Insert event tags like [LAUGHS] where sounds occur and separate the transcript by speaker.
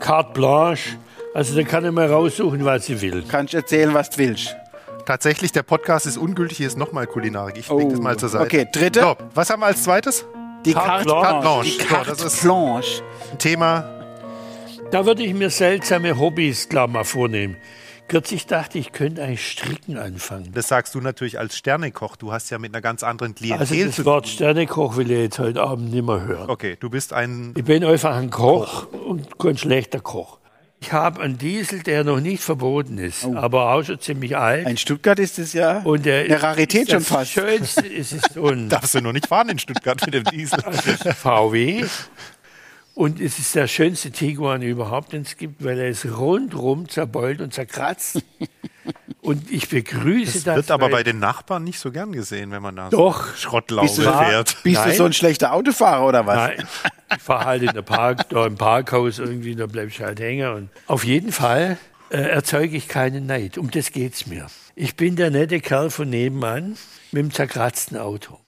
Speaker 1: carte blanche. Also da kann ich mir raussuchen, was ich will.
Speaker 2: Kannst erzählen, was du willst.
Speaker 3: Tatsächlich, der Podcast ist ungültig. Hier ist nochmal Kulinarik. Ich
Speaker 2: Oh.
Speaker 3: leg das mal zur Seite.
Speaker 2: Okay, dritte.
Speaker 3: So, was haben wir als zweites?
Speaker 2: Die
Speaker 1: Carte
Speaker 2: Carte
Speaker 1: blanche.
Speaker 2: Blanche. Die
Speaker 3: Carte
Speaker 2: Carte
Speaker 3: blanche. So, das ist-
Speaker 2: Blanche.
Speaker 3: Ein Thema.
Speaker 1: Da würde ich mir seltsame Hobbys klar mal vornehmen. Kürzlich dachte ich, ich könnte eigentlich stricken anfangen.
Speaker 3: Das sagst du natürlich als Sternekoch. Du hast ja mit einer ganz anderen Klientel
Speaker 1: Also
Speaker 3: zu
Speaker 1: das Wort Sternekoch will ich jetzt heute Abend nicht mehr hören.
Speaker 3: Okay, du bist ein.
Speaker 1: Ich bin einfach ein Koch und kein schlechter Koch. Ich habe einen Diesel, der noch nicht verboten ist, aber auch schon ziemlich alt.
Speaker 2: In Stuttgart ist es ja
Speaker 1: und der
Speaker 2: Oh. eine
Speaker 1: ist- das
Speaker 2: Rarität schon fast.
Speaker 1: Schönste ist es so
Speaker 2: [LAUGHS]
Speaker 1: ein
Speaker 3: Darfst du noch nicht fahren in Stuttgart mit dem Diesel?
Speaker 1: VW. Und es ist der schönste Tiguan überhaupt, den es gibt, weil er ist rundrum zerbeult und zerkratzt. Und ich begrüße das.
Speaker 3: Wird aber
Speaker 1: weil-
Speaker 3: bei den Nachbarn nicht so gern gesehen, wenn man da so
Speaker 1: Doch,
Speaker 3: Schrottlaube
Speaker 2: Bist du-
Speaker 3: fährt.
Speaker 2: Bist du
Speaker 1: Nein.
Speaker 2: so ein schlechter Autofahrer oder was?
Speaker 1: Nein, ich fahre halt in der Park, da im Parkhaus irgendwie, da bleibe ich halt hängen. Und auf jeden Fall äh, erzeuge ich keinen Neid. Um das geht's mir. Ich bin der nette Kerl von nebenan mit dem zerkratzten Auto.